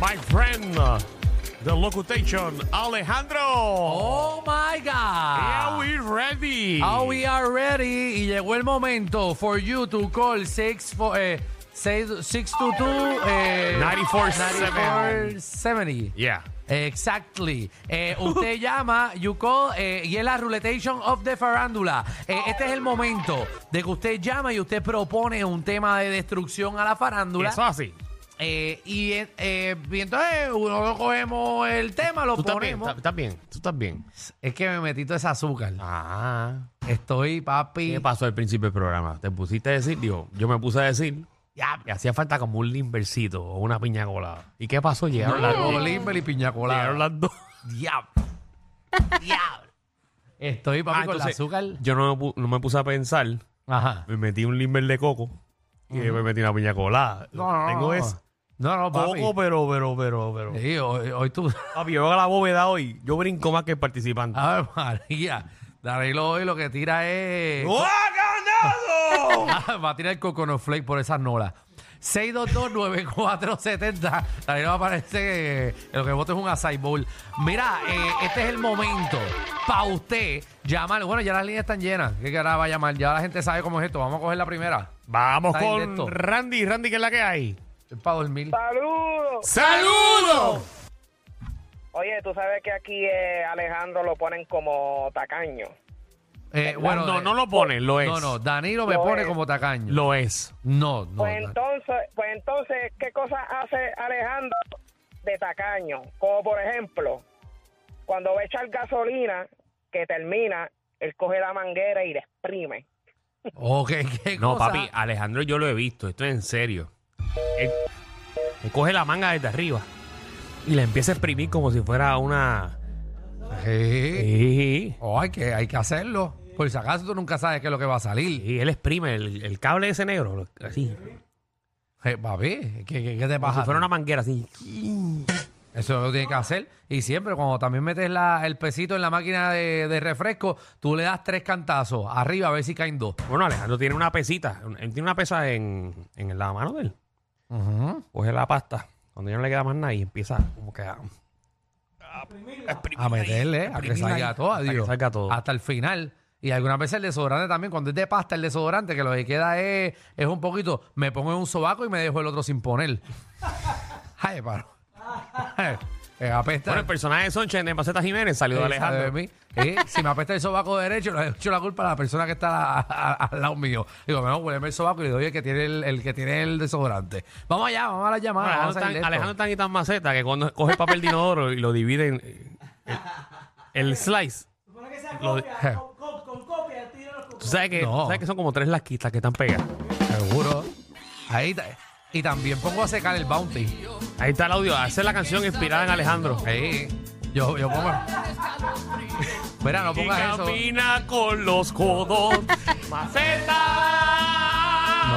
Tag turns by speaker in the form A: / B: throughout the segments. A: my friend, the locutation, Alejandro.
B: Oh
A: Are
B: my God.
A: we ready?
B: Are we are ready. Y llegó el momento for you to call eh, 622 eh,
A: 9470.
B: 9470.
A: Yeah.
B: Exactly. Eh, usted llama, you call, eh, y es la ruletation of the farándula. Eh, este es el momento de que usted llama y usted propone un tema de destrucción a la farándula.
A: Eso así.
B: Eh, y, eh, eh, y entonces uno cogemos el tema, lo
A: Tú estás bien,
B: ponemos.
A: estás- estás bien, tú estás bien.
B: Es que me metí todo ese azúcar.
A: Ah.
B: Estoy, papi.
A: ¿Qué pasó al principio del programa? Te pusiste a decir, digo, yo me puse a decir,
B: Ya,
A: que hacía falta como un limbercito o una piña colada. ¿Y qué pasó? Llegaron las dos.
B: Con Limber y piña colada.
A: Llegaron las dos.
B: Diablo. Diablo. Estoy, papi,
A: Ah,
B: con
A: entonces,
B: el azúcar.
A: Yo no me, pu- no me puse a pensar.
B: Ajá.
A: Me metí un limber de coco y después me metí una piña colada. Tengo es
B: No, no, papi. Eh.
A: coco, pero, pero, pero, pero.
B: Sí, hoy, hoy tú.
A: Papi, yo hago la bóveda hoy. Yo brinco más que el participante.
B: A ver, María. Danilo hoy lo que tira es.
A: ¡Oh, ha ganado!
B: Ah, va a tirar el coconut flake por esas nolas. 622-9470. Danilo va a parecer que lo que voto es un acai bowl. Mira, eh, este es el momento para usted llamar. Bueno, ya las líneas están llenas. ¿Qué que ahora va a llamar? Ya la gente sabe cómo es esto. Vamos a coger la primera.
A: Vamos
B: Está
A: con
B: directo.
A: Randy. Randy, ¿qué es la que hay?
B: Es para dormir.
C: ¡Saludos!
A: ¡Saludos!
C: Oye, tú sabes que aquí eh, Alejandro lo ponen como tacaño.
B: Eh, bueno,
A: no,
B: eh,
A: no lo pone, lo es.
B: No, no, Danilo me
C: Lo
B: pone
C: es.
B: como tacaño.
A: Lo es.
B: No, no.
C: Pues
B: Dan-
C: entonces, pues entonces, ¿qué cosa hace Alejandro de tacaño? Como por ejemplo, cuando va a echar gasolina que termina, él coge la manguera y la exprime.
B: Ok, ¿qué
A: No,
B: cosa?
A: papi, Alejandro yo lo he visto, esto es en serio. Él, él coge la manga desde arriba y la empieza a exprimir como si fuera una...
B: Sí.
A: Sí,
B: Oh, hay, que, hay que hacerlo. Por si acaso tú nunca sabes qué es lo que va a salir.
A: sí, él exprime el, el cable ese negro, lo- así.
B: Eh, papi, ¿qué, qué, qué te
A: Como
B: pasa?
A: si fuera una manguera, así.
B: Eso lo tienes que hacer. Y siempre, cuando también metes la- el pesito en la máquina de, de refresco, tú le das tres cantazos arriba a ver si caen dos.
A: Bueno, Alejandro tiene una pesita, un- él tiene una pesa en, en la mano de él.
B: Ujú.
A: Coge la pasta, cuando ya no le queda más nada y empieza como que a...
B: A meterle, a que
A: exprimirla ahí,
B: salga todo,
A: hasta que
B: adiós.
A: salga todo.
B: Hasta el final. Y algunas veces el desodorante también, cuando es de pasta, el desodorante, que lo que queda es, es un poquito, me pongo en un sobaco y me dejo el otro sin poner. Ay, paro. Ay, eh, apesta.
A: Bueno, el personaje de Sonchen de Maceta Jiménez salió de
B: Esa de
A: Alejandro.
B: mí. Eh, si me apesta el sobaco derecho, le he hecho la culpa a la persona que está a- a- al lado mío. Digo, no, huéleme el sobaco y le doy el que tiene el, el que tiene el desodorante. Vamos allá, vamos a la llamada.
A: Alejandro,
B: vamos a
A: tan,
B: salir de esto.
A: Alejandro tan y tan maceta que cuando coge el papel de inodoro y lo divide en eh, el, el slice. lo di- Tú sabes que,
B: No.
A: sabes que son como tres lasquitas que están pegadas.
B: Seguro. Ahí ta- y también pongo a secar el bounty.
A: Ahí está el audio. Esa es la canción inspirada en Alejandro.
B: Eh, yo, yo pongo. Mira, no pongas eso. No
A: con los codos. maceta.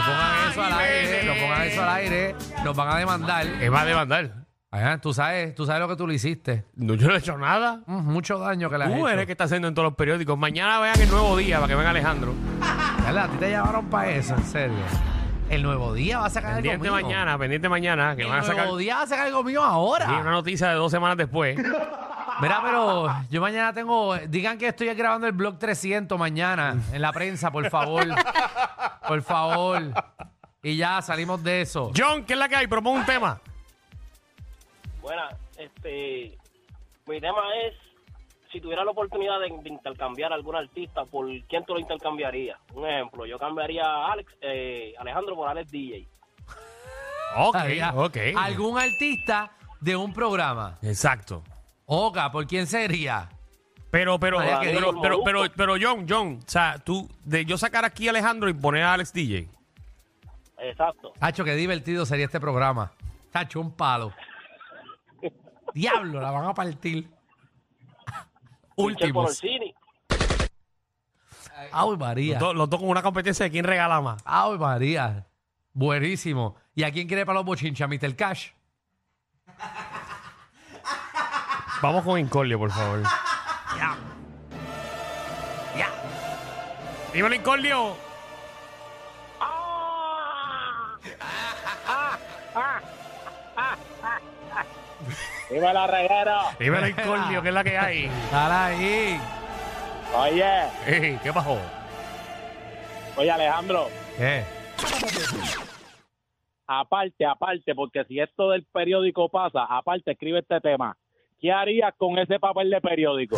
B: pongan eso al aire, no pongan eso al aire. Nos van a demandar. Eh,
A: Es más de mandar.
B: Ajá, tú sabes, tú sabes lo que tú le hiciste.
A: No, yo no he hecho nada.
B: Mm, mucho daño que le has
A: Tú
B: hecho.
A: eres que está haciendo en todos los periódicos. Mañana vean el nuevo día para que vean a Alejandro.
B: ¿Verdad? A ti te llamaron para eso, en serio. El nuevo día va a sacar algo
A: Pendiente
B: mío.
A: mañana, pendiente mañana, que
B: El
A: van a sacar
B: nuevo día va a sacar algo mío
A: Sí, una
B: ahora.
A: noticia de dos semanas después.
B: Mira, pero yo mañana tengo. Digan que estoy grabando el blog 300 mañana en la prensa, por favor. por favor. Y ya salimos de eso.
A: John, ¿qué es la que hay? Propon un tema.
D: Bueno, este, mi tema es, si tuviera la oportunidad de, de intercambiar a algún artista, ¿por quién tú lo intercambiarías? Un ejemplo, yo cambiaría a Alex, eh, Alejandro por Alex DJ.
A: Ok,
B: Había
A: ok.
B: Ah, Algún artista de un programa.
A: Exacto.
B: Oga, ¿por quién sería?
A: Pero, pero,
B: Había que
A: pero,
D: ir.
A: pero, pero, pero, John, John, o sea, tú, de yo sacar aquí a Alejandro y poner a Alex DJ.
D: Exacto.
B: Hacho, qué divertido sería este programa. Hacho, un palo. Diablo, la van a partir.
D: Michel por
B: Últimos.
D: Orsini.
B: Ay,
A: Los
B: María.
A: dos, los dos con una competencia de quién regala más.
B: Ay, María. Buenísimo. ¿Y a quién quiere para los bochinchas, Mr. Cash?
A: Vamos con Incordio, por favor.
B: Ya.
A: Dímelo, Incordio.
C: ¡Ah! ¡Ah! ¡Ah! ¡Ah! ¡Ah!
D: Dime la reguera.
A: Dime el incordio, que es la que hay.
B: Dale ahí.
D: Oye,
A: Ey, ¿Qué pasó?
D: oye Alejandro,
B: ¿Qué?
D: aparte, aparte, porque si esto del periódico pasa, aparte escribe este tema. ¿Qué harías con ese papel de periódico?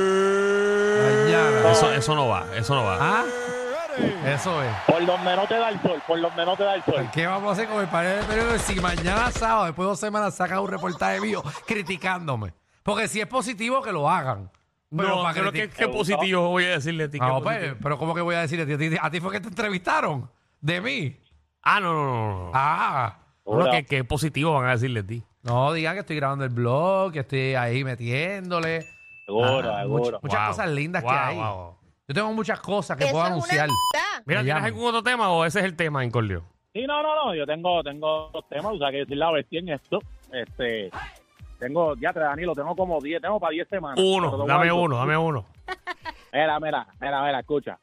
B: Mañana.
A: Eso, eso no va, eso no va.
B: ¿Ah? Eso es.
D: Por donde no te da el sol, por donde no te da el sol.
B: Pues, ¿Qué vamos a hacer con el papel de periódico si mañana sábado, después de dos semanas, sacan un reportaje mío criticándome? Porque si es positivo, que lo hagan. Pero
A: No,
B: para
A: creo que,
B: criticar-
A: que positivo voy a decirle a ti. que
B: No, pues,
A: positivo.
B: pero, pero ¿cómo que voy a decir? ¿A ti, a ti fue que te entrevistaron? ¿De mí?
A: Ah, no, no, no, no.
B: Ah.
A: No, no, que, que positivo van a decirle a ti.
B: No, digan que estoy grabando el blog, que estoy ahí metiéndole.
D: Seguro,
B: Ah,
D: seguro.
B: mucho- Muchas cosas lindas que hay. Yo tengo muchas cosas que
E: Eso
B: puedo
E: es una
B: anunciar.
E: mierda.
A: Mira,
B: Me
A: ¿tienes
B: llaman.
A: algún otro tema o ese es el tema, Incordio?
D: Sí, no, no, no, yo tengo, tengo dos temas, o sea, que decir la bestia en esto, este, tengo, ya te Danilo, tengo como 10, tengo para 10 semanas. Pero
A: Uno,
D: tengo
A: dame
D: algo.
A: uno, dame uno.
D: Mira, mira, mira, mira, escucha.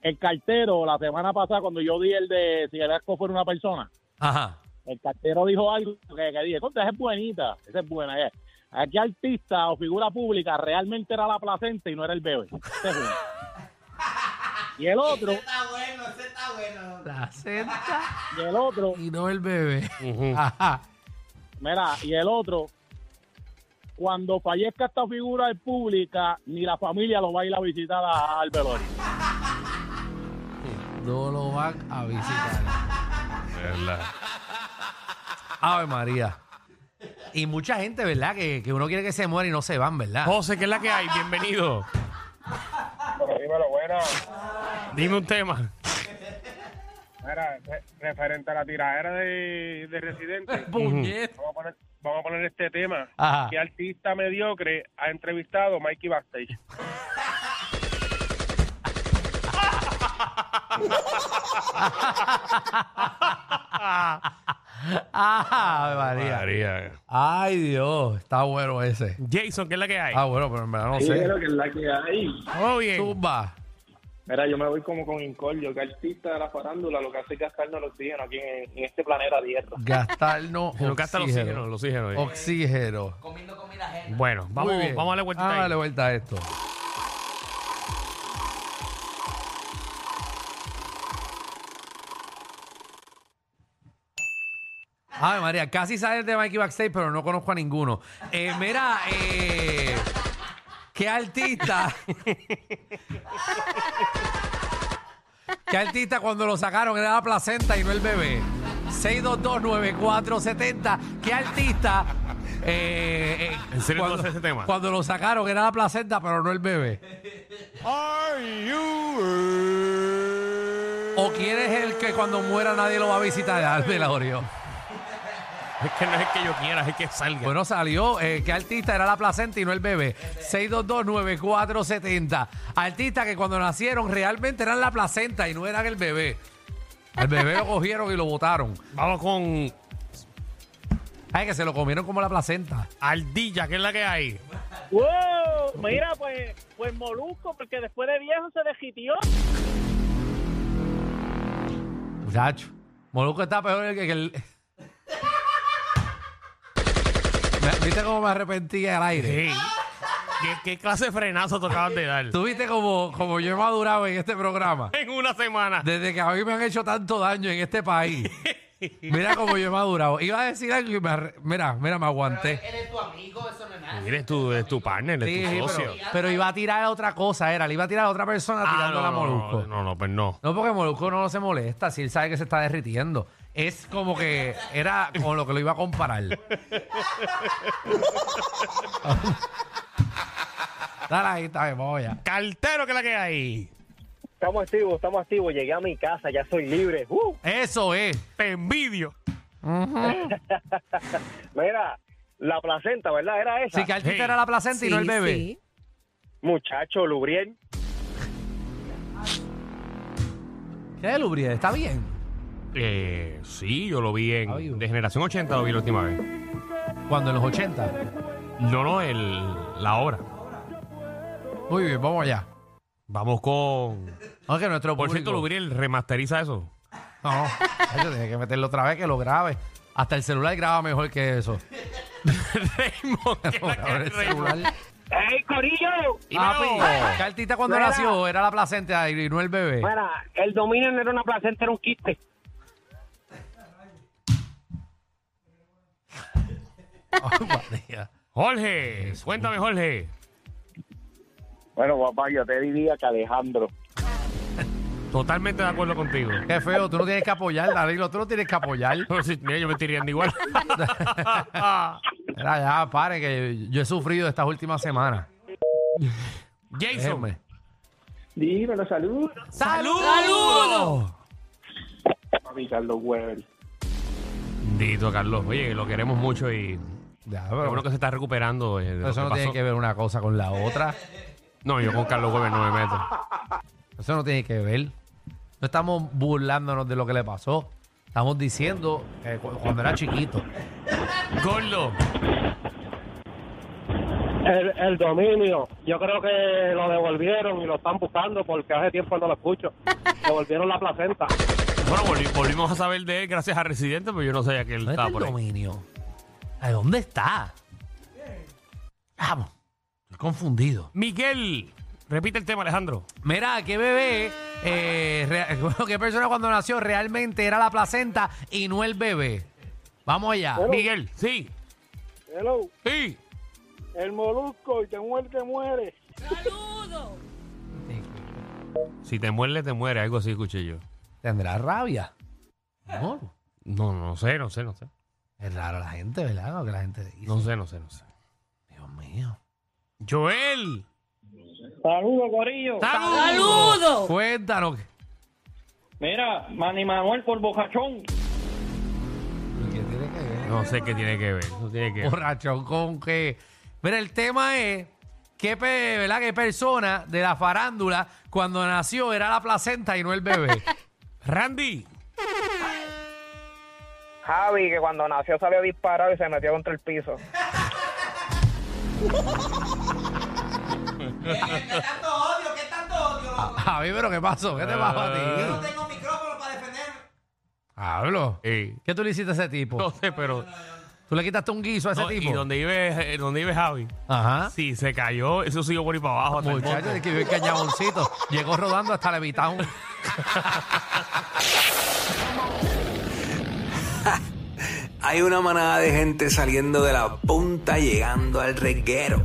D: El cartero, la semana pasada, cuando yo di el de si el asco fuera una persona,
B: Ajá.
D: el cartero dijo algo que, que dije, contra, esa es buenita, esa es buena, eh. ¿A qué artista o figura pública realmente era la placenta y no era el bebé? Ese es uno. Y el otro,
B: La senta
D: y el otro,
B: y no el bebé.
A: Ujú.
B: Ajá.
D: Mira, y el otro, cuando fallezca esta figura de pública, ni la familia lo va a ir a visitar a- al velorio.
B: No lo van a visitar.
A: ¿Verdad?
B: Ave María. Y mucha gente, ¿verdad? Que, que uno quiere que se muera y no se van, ¿verdad?
A: José, ¿qué es la que hay? Bienvenido.
C: Dímelo, bueno.
A: Dime un tema.
C: Mira, re- referente a la tiradera de, de Residente,
B: Puñet.
C: vamos a poner, vamos a poner este tema.
B: Ajá.
C: ¿Qué artista mediocre ha entrevistado Mikey Backstage?
B: Ave Ah, María.
A: María.
B: Ay, Dios. Está bueno ese.
A: Jason, ¿qué es la que hay?
B: Ah, bueno, pero en verdad no sé.
C: que es la que hay.
A: Todo bien.
B: Tumba.
C: Mira, yo me voy como con Incordio, que artista de la farándula lo que hace es gastarnos el oxígeno aquí en, en este planeta Tierra.
B: Gastarnos
A: Se nos gasta el oxígeno,
B: oxígeno.
A: el oxígeno. ahí.
B: Oxígeno.
A: Bueno, vamos,
B: Muy bien. Ah,
A: vamos a darle vueltita
B: Vamos a
A: ahí.
B: darle vuelta a esto. Ay, María, casi sale de Mikey Backstage, pero no conozco a ninguno. Eh, mira, eh, ¿qué artista? ¿Qué artista cuando lo sacaron era la placenta y no el bebé? 6229470. ¿Qué artista? eh, eh,
A: ¿En serio tú
B: cuando,
A: haces ese tema?
B: cuando lo sacaron era la placenta, pero no el bebé. ¿O quién es el que cuando muera nadie lo va a visitar? Dale, Laurio.
A: Es que no es que yo quiera, es que salga.
B: Bueno, salió. eh, ¿Qué artista era la placenta y no el bebé? 6229470. Artistas que cuando nacieron realmente eran la placenta y no eran el bebé. El bebé lo cogieron y lo botaron.
A: Vamos con
B: Ay, que se lo comieron como la placenta.
A: Ardilla, ¿qué es la que hay?
D: ¡Wow! Mira, pues, pues Molusco, porque después de viejo se dejitió.
B: Muchacho. Molusco está peor que que el. Me- ¿Viste cómo me arrepentí al aire?
A: Sí. ¿Qué, qué clase de frenazo tocabas de dar?
B: ¿Tú viste como, como yo he madurado en este programa?
A: En una semana.
B: Desde que a mí me han hecho tanto daño en este país. Mira cómo yo he madurado. Iba a decir algo y me arre- mira, mira, me aguanté.
A: Eres tu, eres tu partner,
B: Sí,
A: eres
B: sí,
A: tu socio.
B: pero, pero iba a tirar a otra cosa, era. Le iba a tirar a otra persona
A: Ah,
B: tirando
A: no,
B: a
A: no,
B: Molusco.
A: no, no, no, pues no.
B: No, porque Molusco no se molesta si él sabe que se está derritiendo. Es como que era con lo que lo iba a comparar. Dale ahí, está bien, vamos allá.
A: Cartero, ¿qué es la que hay?
C: Estamos activos, estamos activos. Llegué a mi casa, ya soy libre. ¡Uh!
B: Eso es.
A: Te envidio.
C: Mira, la placenta, ¿verdad? Era esa.
B: Sí, que artista
A: Sí.
B: era la placenta y no el bebé.
E: Sí.
C: Muchacho, Lubriel.
B: ¿Qué es Lubriel? ¿Está bien?
A: Eh, sí, yo lo vi
B: Ah, vivo.
A: en. De generación 80 lo vi la última vez.
B: Cuando en los 80.
A: No, no, el, la obra.
B: Muy bien, vamos allá.
A: Vamos con.
B: Aunque nuestro
A: Por
B: público-
A: cierto, Lubriel remasteriza eso.
B: No, yo tenía que meterlo otra vez que lo grabe. Hasta el celular graba mejor que eso.
A: Raymond, ¿qué es la que
B: Ahora el
A: Raymond?
B: celular.
C: ¡Ey, Corillo!
B: Papi,
A: Dímelo.
B: ¿qué artista cuando
C: Mira.
B: nació era la placenta y no el bebé.
C: Mira, el dominio no era una placenta, era un quiste.
B: Ay, María.
A: Jorge, cuéntame, Jorge.
F: Bueno, papá, yo te diría que Alejandro.
A: Totalmente de acuerdo contigo.
B: Qué feo, tú no tienes que apoyar, Danilo, tú no tienes que apoyar.
A: Pero sí, Mira, yo me estoy riendo igual.
B: Mira, ya, pare, que yo he sufrido estas últimas semanas.
A: Jason.
B: Déjenme.
F: Dímelo, salud.
B: ¡Saludos!
F: Papi, Carlos Weber.
A: Dito, Carlos. Oye, lo queremos mucho y.
B: Ya,
A: Qué
B: pero-
A: bueno que se está recuperando. eh, de lo
B: pero eso
A: que
B: no tiene
A: pasó.
B: que ver una cosa con la otra.
A: No, yo con Carlos Weber no me meto.
B: Eso no tiene que ver. No estamos burlándonos de lo que le pasó. Estamos diciendo que cu- cuando era chiquito.
A: Gordo.
D: El, el dominio, yo creo que lo devolvieron y lo están buscando porque hace tiempo no lo escucho. Devolvieron la placenta.
A: Bueno, volvi- volvimos a saber de él gracias a Residente, pero yo no sabía que él
B: ¿Dónde está
A: estaba
B: el
A: por ahí.
B: dominio? ¿A dónde está? Vamos. Estoy confundido.
A: Miguel. Repite el tema, Alejandro.
B: Mira, qué bebé, eh, rea- bueno, qué persona cuando nació realmente era la placenta y no el bebé. Vamos allá.
A: Miguel, sí.
F: Hello,
A: Sí.
F: el molusco y te muere, te muere.
A: Si te muerde, te muere. Algo así escuché yo.
B: Tendrá rabia. No,
A: No, no sé, no sé, no sé.
B: es raro la gente, ¿verdad? Lo que la gente dice.
A: No sé, no sé, no sé.
B: Dios mío.
A: Joel.
C: Saludos, Corillo.
E: ¡Saludos!
B: Cuéntanos.
C: Mira, Manny Manuel por bocachón.
B: ¿Qué tiene que ver?
A: No sé qué tiene que ver. No tiene que ver.
B: Borrachón con que. Mira, el tema es qué, pe- ¿verdad? qué persona de la farándula cuando nació era la placenta y no el bebé.
A: Randy.
C: Javi, que cuando nació salió disparado y se metió contra el piso.
B: A mí, pero ¿qué pasó? ¿Qué te pasó a ti?
G: tengo micrófono para defenderme.
B: Hablo.
A: Eh,
B: ¿Qué tú le hiciste a ese tipo?
A: no sé, pero.
B: ¿Tú le quitaste un guiso a ese
A: no,
B: tipo?
A: Y donde vive, eh, donde vive Javi.
B: Ajá.
A: Sí, se cayó. Eso siguió por ahí para abajo. hasta el
B: Muchacho,
A: monte.
B: de que vive el cañaboncito. Llegó rodando hasta Levitown.
H: Hay una manada de gente saliendo de la punta llegando al reguero.